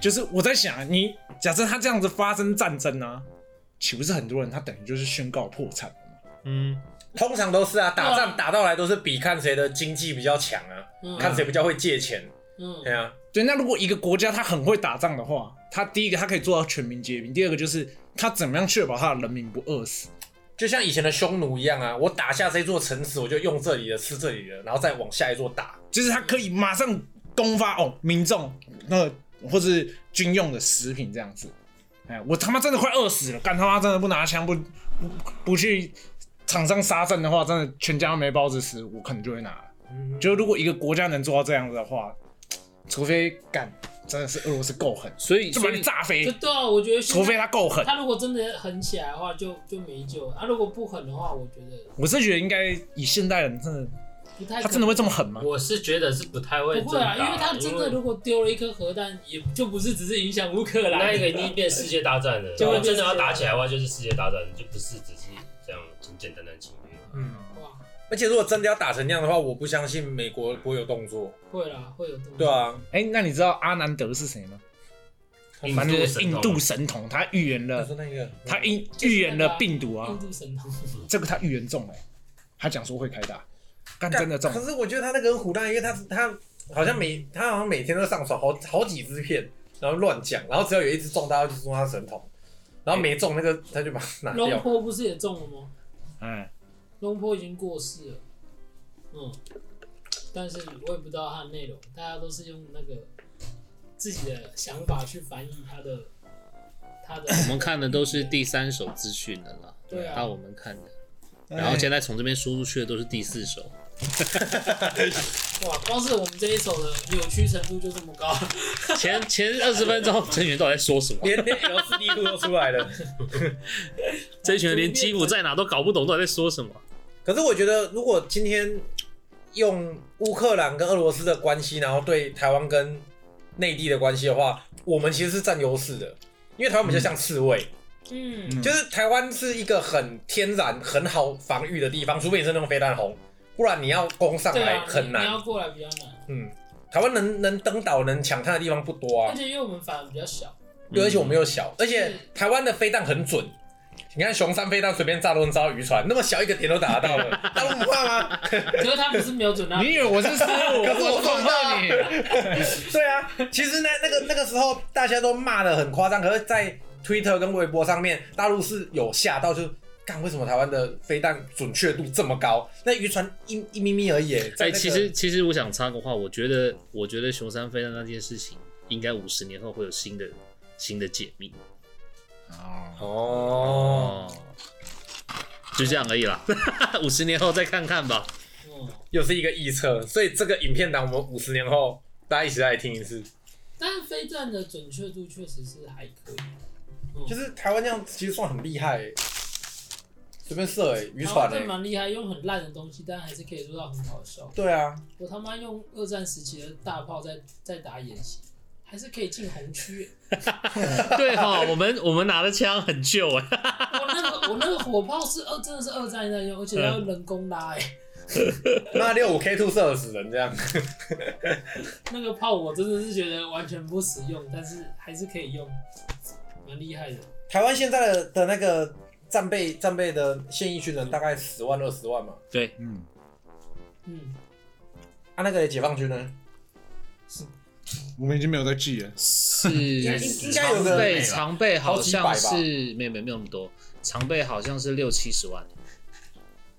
Speaker 5: 就是我在想啊，你假设他这样子发生战争啊，岂不是很多人他等于就是宣告破产了吗？
Speaker 3: 嗯，
Speaker 4: 通常都是啊，打
Speaker 2: 对啊
Speaker 4: 仗打到来都是比看谁的经济比较强啊，
Speaker 2: 嗯
Speaker 4: 看谁比较会借钱，
Speaker 2: 嗯
Speaker 4: 对啊，
Speaker 5: 对，那如果一个国家他很会打仗的话，他第一个他可以做到全民皆兵，第二个就是他怎么样确保他的人民不饿死。
Speaker 4: 就像以前的匈奴一样啊，我打下这座城池，我就用这里的吃这里的，然后再往下一座打，
Speaker 5: 就是他可以马上公发哦，民众那个呃或是军用的食品这样子。哎，我他妈真的快饿死了，干他妈真的不拿枪不不不去场上杀阵的话，真的全家没包子吃，我可能就会拿了。就如果一个国家能做到这样子的话，除非干真的是俄罗斯够狠，
Speaker 3: 所以
Speaker 5: 就
Speaker 3: 所
Speaker 5: 把你
Speaker 3: 以
Speaker 5: 炸
Speaker 2: 就
Speaker 5: 飞，
Speaker 2: 对啊，我觉得现在
Speaker 5: 除非他够狠。
Speaker 2: 他如果真的狠起来的话，就就没救了。啊，如果不狠的话，我觉得
Speaker 5: 我是觉得应该以现代人真的，
Speaker 2: 不太可能
Speaker 5: 他真的会这么狠吗？
Speaker 1: 我是觉得是不太会
Speaker 2: 不会啊，
Speaker 1: 这么打
Speaker 2: 因为他真的如果丢了一颗核弹，也就不是只是影响乌克兰
Speaker 1: 那一个已经变世界大战了，
Speaker 2: 就会
Speaker 1: 就真
Speaker 2: 变世界
Speaker 1: 的要
Speaker 2: 大战
Speaker 1: 打起来的话，就是世界大战，就不是只是这样简简单单情侣。
Speaker 4: 嗯，
Speaker 2: 哇，
Speaker 4: 而且如果真的要打成那样的话，我不相信美国不会有动作，
Speaker 2: 会啦，会有动作。
Speaker 4: 对啊，
Speaker 5: 哎、那你知道阿南德是谁吗？
Speaker 1: 印
Speaker 5: 反正
Speaker 1: 度
Speaker 5: 就
Speaker 1: 神
Speaker 5: 是
Speaker 1: 童
Speaker 5: 印度神童，他预言
Speaker 4: 他
Speaker 5: 了
Speaker 4: 说那个
Speaker 5: 他
Speaker 4: 嗯
Speaker 5: 预
Speaker 2: 就是
Speaker 5: 预言
Speaker 2: 那个
Speaker 5: 了
Speaker 2: 啊
Speaker 5: 病毒啊
Speaker 2: 印，度神童，
Speaker 5: 这个他预言中了、他讲说会开打，干
Speaker 4: 干
Speaker 5: 真的中
Speaker 4: 可。是我觉得他那个很虎烂，因为他他好像每他好像每天都上传好好几支片，然后乱讲，然后只要有一支中，大家就说他神童，然后没中那个他就把它拿
Speaker 2: 龙
Speaker 4: 掉。
Speaker 2: 坡不是也中了吗？
Speaker 5: 哎，
Speaker 2: 龙坡已经过世了，嗯，但是我也不知道它的内容，大家都是用那个自己的想法去翻译它的它的。
Speaker 3: 我们看的都是第三手资讯的啦，
Speaker 2: 对啊
Speaker 3: 到我们看的，
Speaker 5: 哎
Speaker 3: 然后现在从这边输出去的都是第四手，
Speaker 5: [laughs]
Speaker 2: 哇，光是我们这一首的扭曲程度就这么高，
Speaker 3: 前前二十分钟成员到底在
Speaker 2: [laughs]
Speaker 3: 说什么？
Speaker 4: 连连 L 四 D 度都出来了， [laughs]
Speaker 3: 这群人连基辅在哪都搞不懂，到底在说什么？
Speaker 4: 可是我觉得如果今天用乌克兰跟俄罗斯的关系，然后对台湾跟内地的关系的话，我们其实是占优势的，因为台湾比较像刺猬，
Speaker 2: 嗯
Speaker 5: 嗯
Speaker 4: 就是台湾是一个很天然、很好防御的地方，除非你是那种飞弹红，不然你要攻上
Speaker 2: 对
Speaker 4: 来
Speaker 2: 啊，
Speaker 4: 哎很
Speaker 2: 你
Speaker 4: 难。
Speaker 2: 你要过来比较难，
Speaker 4: 嗯，台湾能能登岛、能抢滩的地方不多
Speaker 2: 而
Speaker 4: 啊，
Speaker 2: 且因为我们反而比较小，
Speaker 4: 而且我们又小，而且
Speaker 2: 是
Speaker 4: 台湾的飞弹很准。你看熊山飞弹随便炸都能炸到渔船，那么小一个点都打得到
Speaker 2: [laughs]
Speaker 4: 了，大陆不怕吗？
Speaker 2: 可是他不是瞄准那，
Speaker 4: 嗯
Speaker 5: 你以为我是失误？
Speaker 4: 可是我
Speaker 5: 我
Speaker 4: 撞
Speaker 5: 恐
Speaker 4: 到
Speaker 5: 吓
Speaker 4: 你
Speaker 5: 你。
Speaker 4: 对啊，其实呢，那个那个时候大家都骂的很夸张，可是，在 Twitter 跟微博上面，大陆是有吓到就，干为什么台湾的飞弹准确度这么高？那渔船一一咪咪而已耶。在
Speaker 3: 哎、
Speaker 4: 那个
Speaker 3: 其实其实我想插个话，我觉得我觉得熊山飞弹那件事情，应该五十年后会有新的新的解密
Speaker 4: 哦，
Speaker 3: 哦。就这样而已啦。 [laughs] 五十年后再看看吧。
Speaker 2: 嗯，
Speaker 4: 又是一个臆测，所以这个影片档我们五十年后大家一起来听一次。
Speaker 2: 但是飞弹的准确度确实是还可以。
Speaker 4: 就是台湾这样其实算很厉害、欸，随便射哎、欸，渔
Speaker 2: 台
Speaker 4: 船
Speaker 2: 湾
Speaker 4: 哎、
Speaker 2: 哦真蛮厉害，用很烂的东西，但还是可以做到很好笑。
Speaker 4: 对啊，
Speaker 2: 我他妈用二战时期的大炮在在打演习，还是可以进红区欸。
Speaker 3: 对哈，我们我们拿的枪很旧哎、
Speaker 2: 我那个我那个火炮是二真的是二战在用，而且它用人工拉哎、
Speaker 4: 那六五 K two 射得死人这样，
Speaker 2: 那个炮我真的是觉得完全不实用，但是还是可以用，蛮厉害的。
Speaker 4: 台湾现在的的那个战备战备的现役军人大概十万二十万嘛，
Speaker 3: 对，
Speaker 5: 嗯，
Speaker 2: 嗯，
Speaker 4: 啊那个解放军呢？
Speaker 5: 我们已经没有在记了。
Speaker 3: 是
Speaker 4: 应应该有
Speaker 1: 常
Speaker 4: 个
Speaker 1: 备
Speaker 3: 对常备好像
Speaker 4: 好几百吧
Speaker 3: 是没有没有没有那么多，常备好像是六七十万。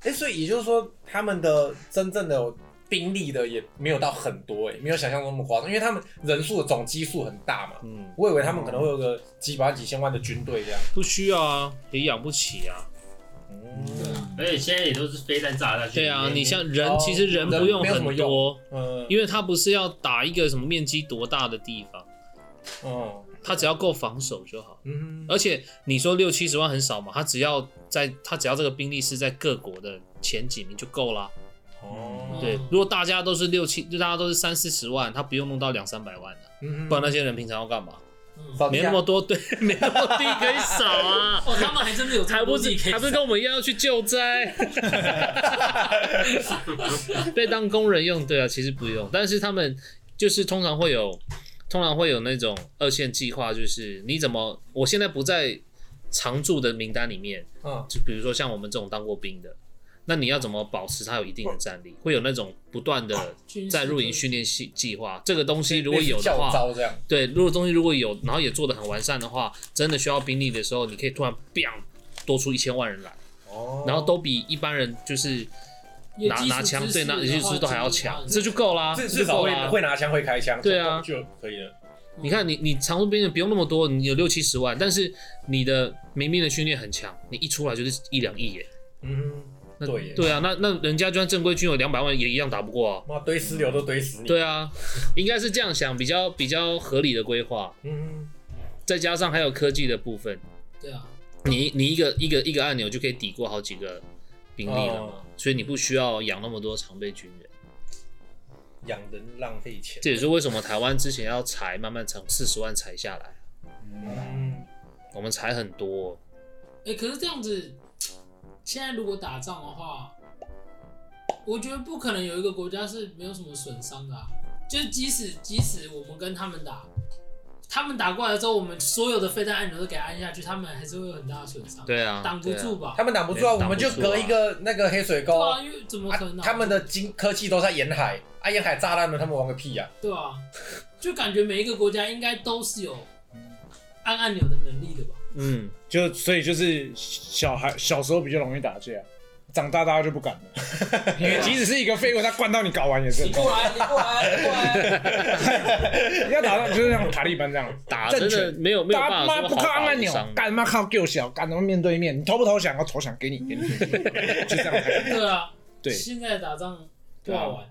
Speaker 4: 哎、所以也就是说他们的真正的有兵力的也没有到很多哎、没有想象中那么夸张，因为他们人数的总基数很大嘛。
Speaker 3: 嗯，
Speaker 4: 我以为他们可能会有个几百万几千万的军队这样。
Speaker 3: 不需要啊，也养不起啊。
Speaker 2: 对
Speaker 4: 嗯，
Speaker 2: 啊，
Speaker 1: 而且现在也都是飞弹炸下去。
Speaker 3: 对啊，
Speaker 1: 也
Speaker 3: 你像人
Speaker 4: 哦，
Speaker 3: 其实人不用
Speaker 4: 人没有什么
Speaker 3: 很多，
Speaker 4: 嗯
Speaker 3: 因为他不是要打一个什么面积多大的地方，
Speaker 4: 嗯
Speaker 3: 他只要够防守就好。
Speaker 4: 嗯，
Speaker 3: 而且你说六七十万很少嘛，他只要在他只要这个兵力是在各国的前几名就够啦。
Speaker 4: 哦，
Speaker 3: 对
Speaker 2: 嗯，
Speaker 3: 如果大家都是六七，就大家都是三四十万，他不用弄到两三百万的，
Speaker 4: 嗯
Speaker 3: 不然那些人平常要干嘛？
Speaker 2: 嗯，
Speaker 4: 吵架
Speaker 3: 没那么多，对，没那么地可以扫啊。
Speaker 2: 哦，他们还真的有
Speaker 3: 还
Speaker 2: 这
Speaker 3: 不
Speaker 2: 么
Speaker 3: 是
Speaker 2: 己可以
Speaker 3: 还不是跟我们一样要去救灾，被当工人用，对啊，其实不用，但是他们就是通常会有，通常会有那种二线计划，就是你怎么，我现在不在常驻的名单里面，
Speaker 4: 嗯
Speaker 3: 就比如说像我们这种当过兵的，那你要怎么保持它有一定的战力？会有那种不断的
Speaker 2: 军事
Speaker 3: 在入营训练系计划，这个东西如果有的
Speaker 4: 教
Speaker 3: 话，
Speaker 4: 招这样，
Speaker 3: 对，如果东西如果有，然后也做的很完善的话，真的需要兵力的时候，你可以突然 bang 多出一千万人来，
Speaker 4: 哦
Speaker 3: 然后都比一般人就是
Speaker 2: 有
Speaker 3: 拿
Speaker 2: 基础
Speaker 3: 拿枪
Speaker 2: 知
Speaker 3: 对
Speaker 2: 识
Speaker 3: 拿
Speaker 2: 的
Speaker 3: 有些
Speaker 2: 话
Speaker 3: 知识都还要
Speaker 2: 基本上
Speaker 3: 强，这就够啦，
Speaker 4: 至
Speaker 3: 这
Speaker 4: 至
Speaker 3: 就
Speaker 4: 少
Speaker 3: 够
Speaker 4: 会
Speaker 3: 啦。
Speaker 4: 会拿枪会开枪，
Speaker 3: 对啊
Speaker 4: 就可以了。
Speaker 3: 你看你你常驻兵的不用那么多，你有六七十万，但是你的民兵的训练很强，你一出来就是一两亿耶。
Speaker 4: 嗯，
Speaker 3: 那
Speaker 4: 对耶
Speaker 3: 啊，那那人家就算正规军有两百万也一样打不过啊。
Speaker 4: 妈堆石榴都堆死你。，
Speaker 3: 对啊，应该是这样想，比较比较合理的规划，
Speaker 4: 嗯，
Speaker 3: 再加上还有科技的部分，
Speaker 2: 对啊，
Speaker 3: 你你一个一个一个按钮就可以抵过好几个兵力了嘛，
Speaker 4: 哦
Speaker 3: 所以你不需要养那么多常备军人。
Speaker 4: 养人浪费钱。
Speaker 3: 这也是为什么台湾之前要裁，慢慢从四十万裁下来，
Speaker 4: 嗯，
Speaker 3: 我们裁很多，
Speaker 2: 哎、可是这样子，现在如果打仗的话，我觉得不可能有一个国家是没有什么损伤的、啊。就是即使即使我们跟他们打，他们打过来之后，我们所有的飞弹按钮都给按下去，他们还是会有很大的损伤，
Speaker 3: 对啊，
Speaker 2: 挡不
Speaker 3: 对啊
Speaker 2: 住吧？
Speaker 4: 他们挡不住啊，
Speaker 3: 对
Speaker 4: 我们就
Speaker 3: 挡不住啊
Speaker 4: 隔一个那个黑水沟
Speaker 2: 对啊，因为怎么
Speaker 4: 啊
Speaker 2: 可能啊、
Speaker 4: 他们的经科技都在沿海啊，沿海炸弹了，他们玩个屁呀！
Speaker 2: 对啊，就感觉每一个国家应该都是有按按钮的能力的吧？
Speaker 3: 嗯，
Speaker 5: 就所以就是小孩小时候比较容易打架，长大大家就不敢了，因为即使是一个废物，他灌到你睾丸也是
Speaker 2: 你
Speaker 5: 很痛。
Speaker 2: 过来，你过来，你过来！
Speaker 5: 你要打到就是像塔利班这样
Speaker 3: 打
Speaker 5: 政
Speaker 3: 真
Speaker 5: 权
Speaker 3: 的没有没有
Speaker 5: 打
Speaker 3: 办法
Speaker 5: 妈
Speaker 3: 说
Speaker 5: 不
Speaker 3: 好
Speaker 5: 靠
Speaker 3: 打
Speaker 5: 按
Speaker 3: 无
Speaker 5: 钮，
Speaker 3: 伤的，
Speaker 5: 干妈靠救小，干他妈面对面，你投不投降？我投降给你， [laughs] 给你，给你就这样才
Speaker 2: 对啊，
Speaker 5: 对。
Speaker 2: 现在打仗不好玩，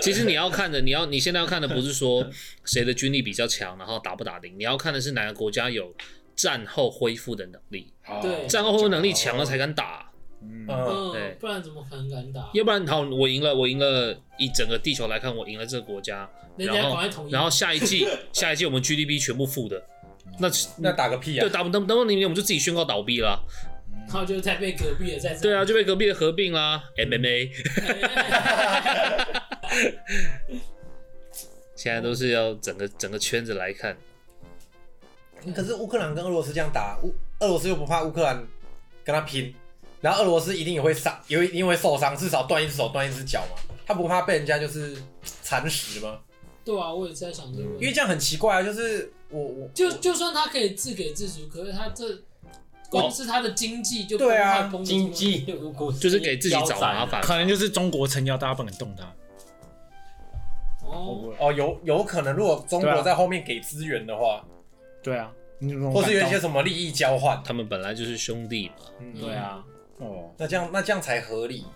Speaker 3: 其实你要看的，你要你现在要看的不是说谁的军力比较强，然后打不打赢，你要看的是哪个国家有战后恢复的能力，
Speaker 5: 哦
Speaker 2: 对
Speaker 3: 战后恢复能力强了才敢打，
Speaker 5: 嗯，
Speaker 4: 嗯，
Speaker 3: 对
Speaker 2: 嗯，不然怎么可能敢打？
Speaker 3: 要不然好，我赢了，我赢了，以整个地球来看，我赢了这个国家，
Speaker 2: 人家
Speaker 3: 然后
Speaker 2: 赶快统一，
Speaker 3: 然后下一季下一季我们 GDP 全部负的，那
Speaker 4: 嗯那打个屁呀啊
Speaker 3: 对！打不等等到明年我们就自己宣告倒闭了，
Speaker 2: 然后就再被隔壁的再
Speaker 3: 对啊，就被隔壁的合并啦，MMA 啊
Speaker 2: [laughs]
Speaker 4: 嗯
Speaker 3: [laughs] 现在都是要整个整个圈子来看，
Speaker 4: 可是乌克兰跟俄罗斯这样打，乌俄罗斯又不怕乌克兰跟他拼，然后俄罗斯一定也会伤，也会一定会受伤，至少断一只手断一只脚嘛。他不怕被人家就是蚕食吗？
Speaker 2: 对啊，我也在想这
Speaker 3: 嗯
Speaker 2: 个问
Speaker 4: 因为
Speaker 2: 题。
Speaker 4: 这样很奇怪啊，就是我我
Speaker 2: 就就算他可以自给自足，可是他这光是他的经济就
Speaker 4: 对啊
Speaker 2: 崩坏崩得这么
Speaker 1: 经
Speaker 2: [laughs]
Speaker 1: 济无辜，
Speaker 3: 就是给自己找麻烦。
Speaker 5: 可能就是中国撑腰，大家不敢动他。
Speaker 2: 哦，
Speaker 4: 哦有有可能，如果中
Speaker 5: 对啊
Speaker 4: 国在后面给资源的话，
Speaker 5: 对啊，你怎么
Speaker 4: 或
Speaker 5: 敢
Speaker 4: 是有一
Speaker 5: 动
Speaker 4: 些什么利益交换，
Speaker 3: 他们本来就是兄弟嘛，
Speaker 4: 嗯
Speaker 2: 对啊，
Speaker 5: 哦，
Speaker 4: [laughs] 那这样那这样才合理，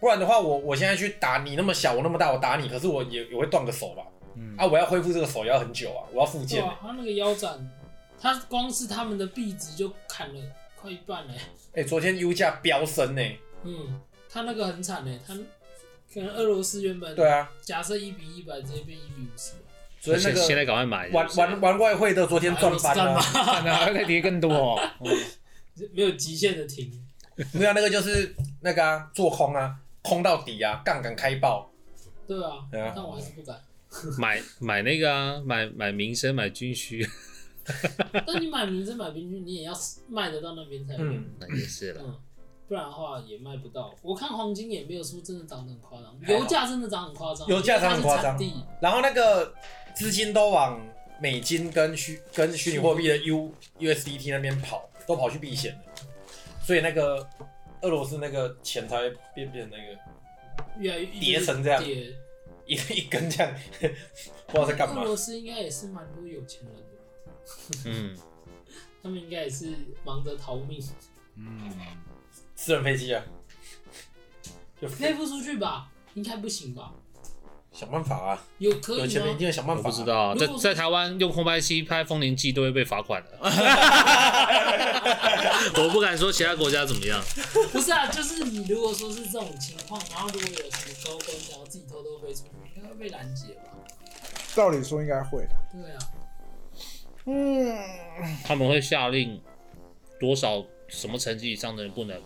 Speaker 4: 不然的话我我现在去打你那么小，我那么大，我打你，可是我也也会断个手吧？
Speaker 5: 嗯
Speaker 4: 啊，我要恢复这个手也要很久啊，我要复
Speaker 2: 对
Speaker 4: 健、欸
Speaker 2: 啊，。他那个腰斩，他光是他们的币值就砍了快一半嘞、欸
Speaker 4: 哎、昨天油价飙升呢、
Speaker 2: 嗯，他那个很惨嘞、欸他可能俄罗斯原本
Speaker 4: 对啊，
Speaker 2: 假设一比一百，直接变一比五十。
Speaker 4: 昨天
Speaker 3: 现
Speaker 4: 那
Speaker 3: 现在
Speaker 4: 个
Speaker 3: 赶快买，
Speaker 4: 玩玩玩外汇的，昨天赚翻了、啊。
Speaker 5: 反而再跌更多哦。
Speaker 2: 没有极限的停，
Speaker 4: 没有那个就是那个啊，做空啊，空到底啊，杠杆开爆。
Speaker 2: 对啊，
Speaker 4: 对啊
Speaker 2: 但我还是不敢。
Speaker 3: 买买那个啊，买买民生，买军需， [laughs]
Speaker 2: 但你买名字买冰菌，你也要卖得到那边才有，
Speaker 4: 嗯，
Speaker 3: 那也是了。
Speaker 2: 嗯，不然的话也卖不到。我看黄金也没有说真的涨得很夸张，
Speaker 4: 还好
Speaker 2: 油价真的涨很夸张，
Speaker 4: 油价涨很夸
Speaker 2: 因为它是
Speaker 4: 张
Speaker 2: 产地
Speaker 4: 然后那个资金都往美金跟虚跟虚拟货币的 U USDT 那边跑，都跑去避险了，所以那个俄罗斯那个钱才会变变那个
Speaker 2: 越来越
Speaker 4: 跌成这样
Speaker 2: 跌
Speaker 4: 一一根这样，不知道在干嘛
Speaker 2: 俄。罗斯应该也是蛮多有钱人的，
Speaker 3: 嗯，
Speaker 2: 他们应该也是忙着逃
Speaker 4: [laughs]
Speaker 2: 命，
Speaker 5: 嗯，
Speaker 4: 私人飞机啊，就
Speaker 2: 飞不出去吧？应该不行吧？
Speaker 4: 想办法啊，
Speaker 2: 有可
Speaker 4: 有
Speaker 2: 以
Speaker 4: 钱人一
Speaker 2: 吗？
Speaker 4: 定会想办
Speaker 3: 我
Speaker 4: 法、啊
Speaker 3: 不知。道，啊
Speaker 2: 如
Speaker 3: 在
Speaker 2: 果
Speaker 3: 在台湾用空拍机拍风铃记都会被罚款的。 [laughs] 我不敢说其他国家怎么样。
Speaker 2: 不是啊，就是你如果说是这种情况，然后如果有什么高跟想要自己偷偷飞出去，应该会被拦截吧？
Speaker 5: 照理说应该会的。
Speaker 2: 对啊，
Speaker 5: 嗯，
Speaker 3: 他们会下令多少什么成绩以上的人不能，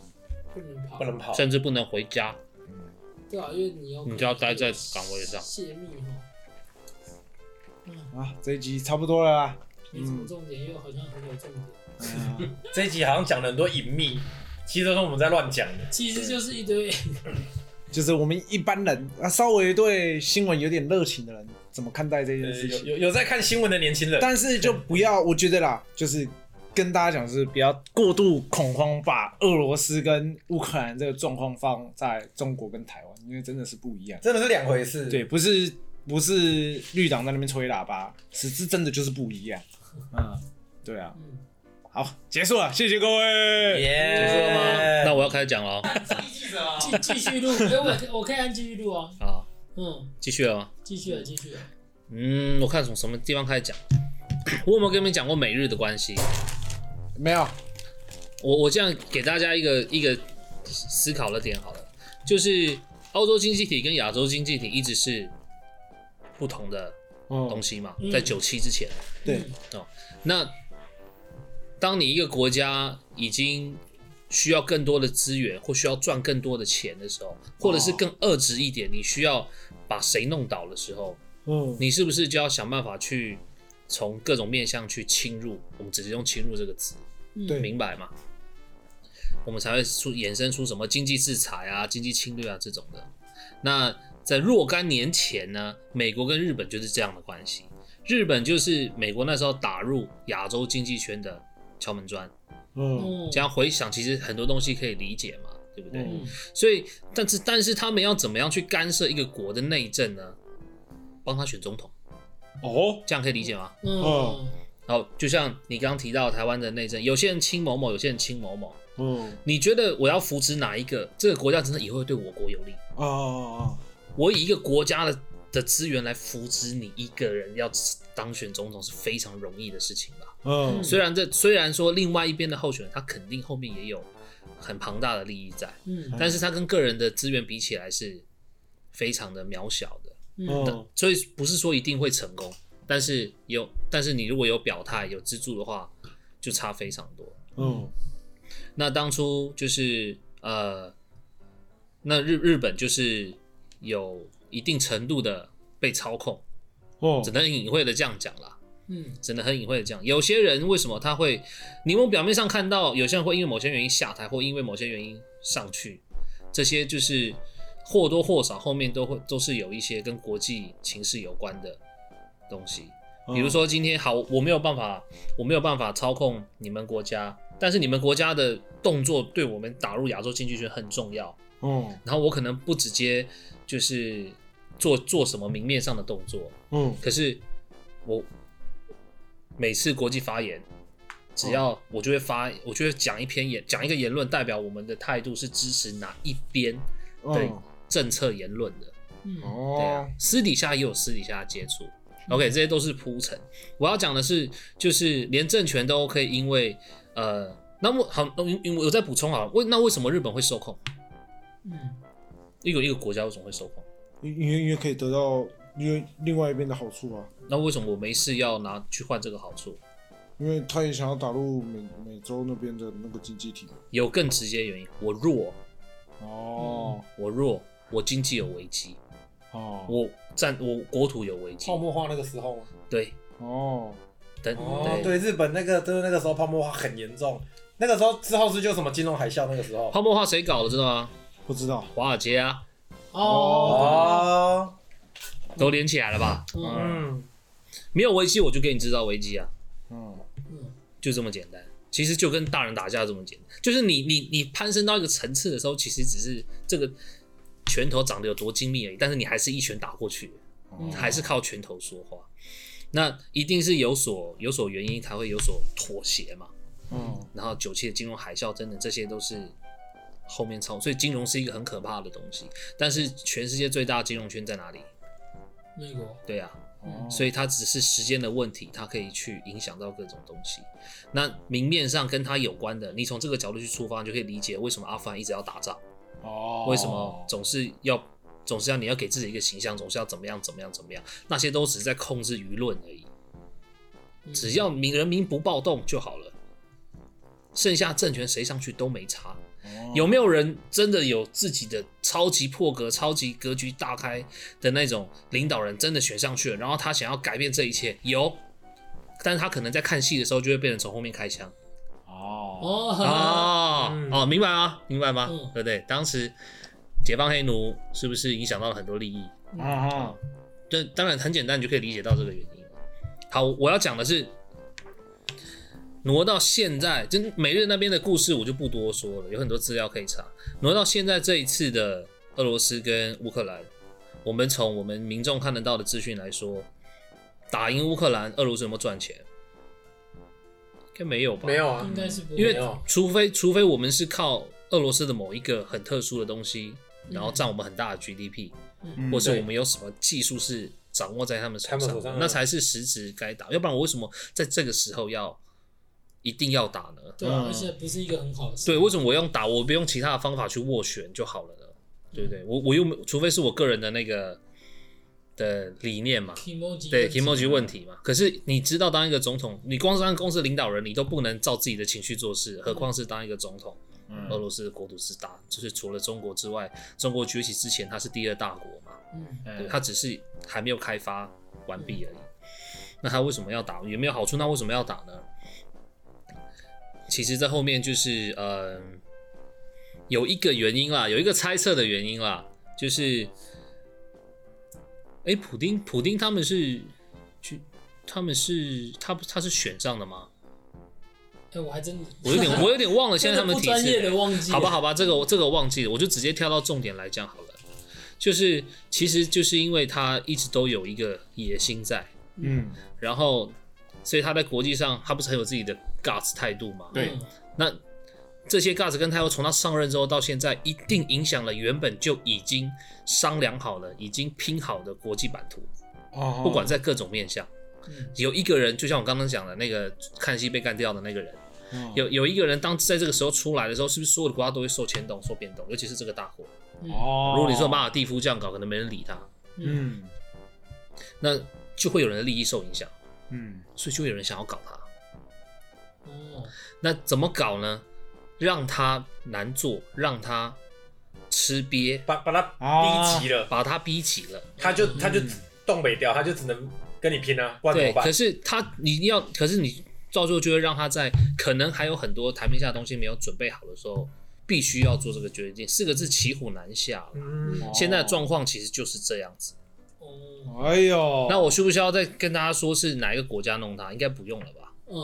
Speaker 2: 不能跑，
Speaker 4: 不能跑，啊
Speaker 3: 甚至不能回家。
Speaker 2: 对啊，因为你要
Speaker 3: 你就要待在岗位上
Speaker 2: 泄密哈，
Speaker 5: 啊，这一集差不多了啦。
Speaker 2: 没什么重点，又好像很有重点，
Speaker 5: 嗯
Speaker 4: 这一集好像讲了很多隐秘，其实都是我们在乱讲的。
Speaker 2: 其实就是一
Speaker 5: [laughs]
Speaker 2: 堆
Speaker 5: 就是我们一般人啊，稍微对新闻有点热情的人，怎么看待这件
Speaker 4: 呃
Speaker 5: 事
Speaker 4: 有
Speaker 5: 情？
Speaker 4: 有有在看新闻的年轻人，
Speaker 5: 但是就不要，我觉得啦，就是跟大家讲，是不要过度恐慌，把俄罗斯跟乌克兰这个状况放在中国跟台湾，因为真的是不一样。
Speaker 4: 真的是两回事。
Speaker 5: 对，，不是不是绿党在那边吹喇叭，实质真的就是不一样。嗯，对啊，
Speaker 2: 嗯，
Speaker 5: 好，结束了，谢谢各位。
Speaker 4: 耶，
Speaker 3: 结束了吗？
Speaker 4: 哎
Speaker 3: 那我要开始讲了哦
Speaker 5: 啊
Speaker 2: 继继续录，哎，我可以我可以按继续录啊，
Speaker 3: 好，
Speaker 2: 嗯，
Speaker 3: 继续了吗？
Speaker 2: 继续啊了，继续了，
Speaker 3: 嗯，我看从什么地方开始讲？ [coughs] 我有没有跟你们讲过美日的关系？
Speaker 5: 没有，
Speaker 3: 我我这样给大家一个一个思考的点好了，就是欧洲经济体跟亚洲经济体一直是不同的东
Speaker 5: 嗯，
Speaker 3: 西嘛，
Speaker 2: 嗯
Speaker 3: 在九七之前，
Speaker 5: 对
Speaker 2: 嗯
Speaker 3: 那当你一个国家已经需要更多的资源或需要赚更多的钱的时候，或者是更遏制一点，你需要把谁弄倒的时候，
Speaker 5: 嗯，
Speaker 3: 你是不是就要想办法去从各种面向去侵入？我们直接用“侵入”这个词，
Speaker 2: 嗯
Speaker 5: 对
Speaker 3: 明白吗？我们才会出衍生出什么经济制裁啊、经济侵略啊这种的。那在若干年前呢，美国跟日本就是这样的关系。日本就是美国那时候打入亚洲经济圈的敲门砖。
Speaker 5: 嗯，
Speaker 2: 嗯
Speaker 3: 这样回想，其实很多东西可以理解嘛，对不对？
Speaker 5: 嗯
Speaker 2: 嗯
Speaker 3: 所以，但是但是他们要怎么样去干涉一个国的内政呢？帮他选总统，
Speaker 5: 哦，
Speaker 3: 这样可以理解吗？
Speaker 2: 嗯
Speaker 5: 哦
Speaker 3: 然后就像你刚刚提到台湾的内政，有些人亲某某，有些人亲某某，
Speaker 5: 嗯，
Speaker 3: 你觉得我要扶持哪一个？这个国家真的以后会对我国有利？
Speaker 5: 哦哦，
Speaker 3: 我以一个国家的的资源来扶植你一个人要当选总统是非常容易的事情吧？
Speaker 5: 嗯，
Speaker 3: 虽然这虽然说另外一边的候选人他肯定后面也有很庞大的利益在，
Speaker 2: 嗯
Speaker 3: 但是他跟个人的资源比起来是非常的渺小的，
Speaker 2: 嗯
Speaker 5: 嗯，
Speaker 3: 所以不是说一定会成功，但是有，但是你如果有表态有资助的话，就差非常多。
Speaker 5: 嗯，
Speaker 3: 那当初就是呃，那日日本就是有一定程度的被操控，
Speaker 5: 哦
Speaker 3: 只，能隐晦的这样讲啦。
Speaker 2: 嗯
Speaker 3: 只能很隐晦的讲，有些人为什么他会，你们表面上看到有些人会因为某些原因下台，或因为某些原因上去，这些就是或多或少后面都会都是有一些跟国际情势有关的东西。
Speaker 5: 嗯
Speaker 3: 比如，说今天好，我没有办法，我没有办法操控你们国家，但是你们国家的动作对我们打入亚洲经济圈很重要，
Speaker 5: 嗯
Speaker 3: 然后我可能不直接就是做做什么明面上的动作，
Speaker 5: 嗯
Speaker 3: 可是我每次国际发言，只要我就会发，我就会讲一篇言，讲一个言论，代表我们的态度是支持哪一边对
Speaker 5: 嗯
Speaker 3: 政策言论的。
Speaker 2: 嗯，
Speaker 3: 对啊
Speaker 5: 哦，，
Speaker 3: 私底下也有私底下的接触。OK，这些
Speaker 4: 嗯
Speaker 3: 都是铺陈。我要讲的是，就是连政权都可以因为呃，那么好，那我我我再补充好了，为那为什么日本会受控？
Speaker 2: 嗯，
Speaker 3: 一个一个国家为什么会受控？
Speaker 5: 因因为因为可以得到因为另外一边的好处啊，
Speaker 3: 那为什么我没事要拿去换这个好处？
Speaker 5: 因为他也想要打入美美洲那边的那个经济体。
Speaker 3: 有更直接原因，我弱，
Speaker 5: 哦
Speaker 3: 我弱，我经济有危机，
Speaker 5: 哦
Speaker 3: 我占我国土有危机
Speaker 4: 泡。沫化那个时候吗？
Speaker 3: 对，
Speaker 5: 哦，
Speaker 3: 等、
Speaker 4: 哦，对，日本那个就是那个时候泡沫化很严重，那个时候之后是就什么金融海啸那个时候。
Speaker 3: 泡沫化谁搞的知道吗？
Speaker 5: 不知道。
Speaker 3: 华尔街啊，
Speaker 2: 哦，
Speaker 4: 哦，
Speaker 3: 都连起来了吧？
Speaker 2: 嗯
Speaker 4: 嗯，
Speaker 3: 没有危机我就给你制造危机啊。
Speaker 5: 嗯，
Speaker 2: 嗯，
Speaker 3: 就这么简单。其实就跟大人打架这么简单，就是你你你攀升到一个层次的时候，其实只是这个拳头长得有多精密而已，但是你还是一拳打过去，
Speaker 2: 嗯
Speaker 5: 哦
Speaker 3: 还是靠拳头说话。那一定是有所有所原因才会有所妥协嘛。
Speaker 5: 嗯
Speaker 3: 然后九七的金融海啸等等，这些都是后面操，所以金融是一个很可怕的东西。但是全世界最大的金融圈在哪里？
Speaker 2: 美国，
Speaker 3: 对啊，
Speaker 5: 哦，
Speaker 3: 所以它只是时间的问题，它可以去影响到各种东西。那明面上跟它有关的，你从这个角度去出发，你就可以理解为什么阿富汗一直要打仗，
Speaker 5: 哦，
Speaker 3: 为什么总是要总是要你要给自己一个形象，总是要怎么样怎么样怎么样，那些都只是在控制舆论而已。
Speaker 2: 嗯
Speaker 3: 只要民人民不暴动就好了，剩下政权谁上去都没差。
Speaker 5: 哦
Speaker 3: 有没有人真的有自己的超级破格、超级格局大开的那种领导人，真的选上去了，然后他想要改变这一切？有，但是他可能在看戏的时候就会被人从后面开枪。
Speaker 5: 哦
Speaker 2: 哦，
Speaker 3: 哦、
Speaker 4: 嗯
Speaker 3: 哦，明白吗？明白吗？
Speaker 2: 嗯
Speaker 3: 对不对？当时解放黑奴是不是影响到了很多利益？
Speaker 5: 啊哈
Speaker 3: 这当然很简单，你就可以理解到这个原因。好，我要讲的是，挪到现在，就美日那边的故事我就不多说了，有很多资料可以查。挪到现在这一次的俄罗斯跟乌克兰，我们从我们民众看得到的资讯来说，打赢乌克兰，俄罗斯有没有赚钱？应该没有吧？
Speaker 4: 没，有啊
Speaker 2: [laughs] 应，该是不会
Speaker 3: 因为
Speaker 4: 没有
Speaker 3: 除非除非我们是靠俄罗斯的某一个很特殊的东西，然后占我们很大的 GDP，、
Speaker 5: 嗯
Speaker 3: 或是
Speaker 4: 对
Speaker 3: 我们有什么技术是掌握在他们手
Speaker 4: 他
Speaker 3: 上，
Speaker 4: 们手上的
Speaker 3: 那才是实质该打。要不然我为什么在这个时候要一定要打呢？
Speaker 2: 对啊，
Speaker 5: 嗯
Speaker 2: 而且不是一个很好的事，
Speaker 3: 对，为什么我用打，我不用其他的方法去斡旋就好了呢？对不对？我我又没有，除非是我个人的那个的理念嘛，
Speaker 2: ，emoji
Speaker 3: 对 i m o j i 问
Speaker 2: 题，啊
Speaker 3: 题嘛。可是你知道，当一个总统，你光是当公司领导人，你都不能照自己的情绪做事，何况是当一个总统。俄罗斯的国土是大，就是除了中国之外，中国崛起之前它是第二大国嘛，
Speaker 2: 嗯
Speaker 3: 对，它只是还没有开发完毕而已。那它为什么要打？有没有好处？那为什么要打呢？其实这后面就是呃，有一个原因啦，有一个猜测的原因啦，就是，哎、普丁，普丁他们是去，他们是他他是选上的吗？
Speaker 2: 哎，我还真的，
Speaker 3: 我有点我有点忘了现在他
Speaker 2: [laughs]
Speaker 3: 们
Speaker 2: 真的
Speaker 3: 体
Speaker 2: 不
Speaker 3: 制
Speaker 2: 专业的忘记，
Speaker 3: 好吧，，好吧，这个我这个我忘记了，我就直接跳到重点来讲好了。就是，其实就是因为他一直都有一个野心在，
Speaker 5: 嗯
Speaker 3: 然后，所以他在国际上他不是很有自己的 guts 态度吗？
Speaker 5: 对
Speaker 2: 嗯，
Speaker 3: 那这些 guts 跟态度从他上任之后到现在，一定影响了原本就已经商量好了、已经拼好的国际版图，
Speaker 5: 哦，
Speaker 3: 不管在各种面向
Speaker 2: 嗯。
Speaker 3: 有一个人，就像我刚刚讲的那个看戏被干掉的那个人，
Speaker 5: 嗯
Speaker 3: 有有一个人当在这个时候出来的时候，是不是所有的国家都会受牵动、受变动？尤其是这个大国，
Speaker 2: 嗯
Speaker 5: 哦，
Speaker 3: 如果你说马尔蒂夫这样搞，可能没人理他，
Speaker 5: 嗯
Speaker 3: 那就会有人的利益受影响，
Speaker 5: 嗯
Speaker 3: 所以就会有人想要搞他。
Speaker 2: 哦，
Speaker 3: 那怎么搞呢？让他难做，让他吃瘪，
Speaker 4: 把把他逼急了，
Speaker 3: 把他逼急了。
Speaker 4: 他就他就
Speaker 5: 嗯
Speaker 4: 东北掉，他就只能跟你拼啊，不然怎
Speaker 3: 对，
Speaker 4: 么办
Speaker 3: 可？是他你要，可是你到最后就会让他在可能还有很多台面下的东西没有准备好的时候，必须要做这个决定。四个字，骑虎难下了。
Speaker 4: 嗯，
Speaker 3: 现在的状况其实就是这样子。
Speaker 2: 哦，
Speaker 5: 哎呦，
Speaker 3: 那我需不需要再跟大家说是哪一个国家弄他？应该不用了
Speaker 4: [laughs]
Speaker 3: 吧？
Speaker 2: 嗯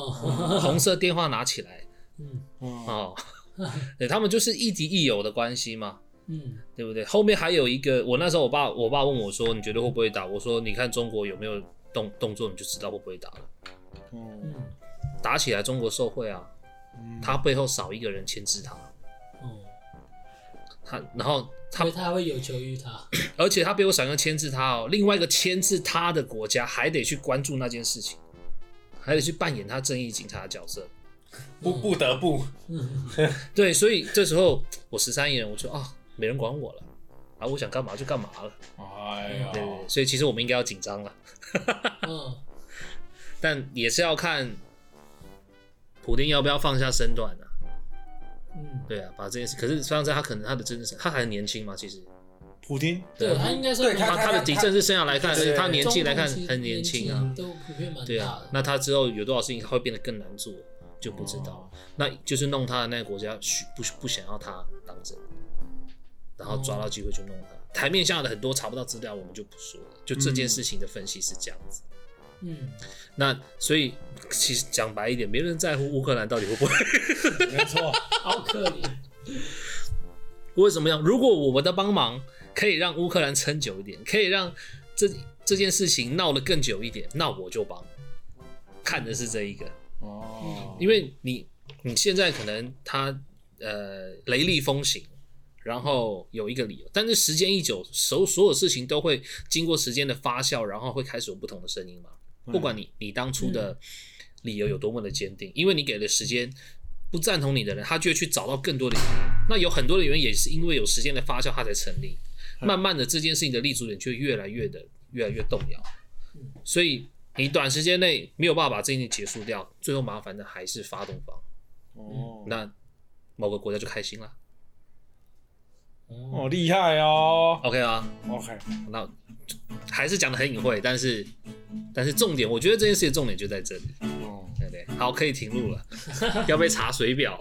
Speaker 3: 红色电话拿起来
Speaker 2: 嗯
Speaker 5: 哦
Speaker 3: 哦， [laughs] 对他们就是亦敌亦友的关系嘛。
Speaker 2: 嗯
Speaker 3: 对不对？后面还有一个，我那时候我爸我爸问我说：“你觉得会不会打？”我说：“你看中国有没有动动作，你就知道会不会打了。
Speaker 5: 嗯
Speaker 2: 嗯，”
Speaker 3: 打起来中国受贿啊，他背后少一个人牵制他，
Speaker 2: 哦，
Speaker 3: 他然后
Speaker 2: 因为他会有求于他，
Speaker 3: 而且他背后少一个牵制他哦，另外一个牵制他的国家还得去关注那件事情，还得去扮演他正义警察的角色。
Speaker 4: 不不得不，
Speaker 2: 嗯，
Speaker 3: 对，所以这时候我十三亿人，我就啊，没人管我了，啊，我想干嘛就干嘛了。
Speaker 5: 哎
Speaker 2: 呀
Speaker 3: 对对对，所以其实我们应该要紧张了，
Speaker 2: 嗯，
Speaker 3: 但也是要看普丁要不要放下身段啊。
Speaker 2: 嗯，
Speaker 3: 对啊，把这件事，可是虽然在他可能他的真实，他还很年轻嘛，其实啊
Speaker 5: 普丁，
Speaker 2: 对他应该说
Speaker 4: 对
Speaker 3: 他他的底政治生涯来看，
Speaker 4: 对
Speaker 3: 他年纪来看
Speaker 2: 中东
Speaker 3: 很
Speaker 2: 年
Speaker 3: 年轻啊，
Speaker 2: 都普遍蛮
Speaker 3: 对
Speaker 2: 大
Speaker 3: 啊
Speaker 2: 的，，
Speaker 3: 那他之后有多少事情他会变得更难做，就不知道。
Speaker 5: 哦
Speaker 3: 那就是弄他的那个国家许不不想要他当政，然后抓到机会就弄他。台面下的很多查不到资料，我们就不说了。就这件事情的分析是这样子。
Speaker 2: 嗯，
Speaker 3: 那所以其实讲白一点，没人在乎乌克兰到底会 [laughs] 不会
Speaker 5: 没错，
Speaker 2: 好可怜，
Speaker 3: 为什么要？如果我们的帮忙可以让乌克兰撑久一点，可以让这这件事情闹得更久一点，那我就帮。看的是这一个，
Speaker 5: 哦，
Speaker 3: 因为你你现在可能他呃雷厉风行，然后有一个理由，但是时间一久，所所有事情都会经过时间的发酵，然后会开始有不同的声音嘛。不管你你当初的理由有多么的坚定，因为你给了时间，不赞同你的人，他就会去找到更多的理由。那有很多的原因也是因为有时间的发酵，它才成立。慢慢的，这件事情的立足点就越来越的越来越动摇。所以你短时间内没有办法把这件事情结束掉，最后麻烦的还是发动方。
Speaker 5: 哦，
Speaker 3: 那某个国家就开心了
Speaker 5: 哦，厉害哦
Speaker 3: ，OK 啊。
Speaker 5: ，OK，
Speaker 3: 那还是讲的很隐晦，但是但是重点，我觉得这件事情重点就在这里，
Speaker 5: 哦，
Speaker 3: 对不对？好，可以停录了，要被查水表。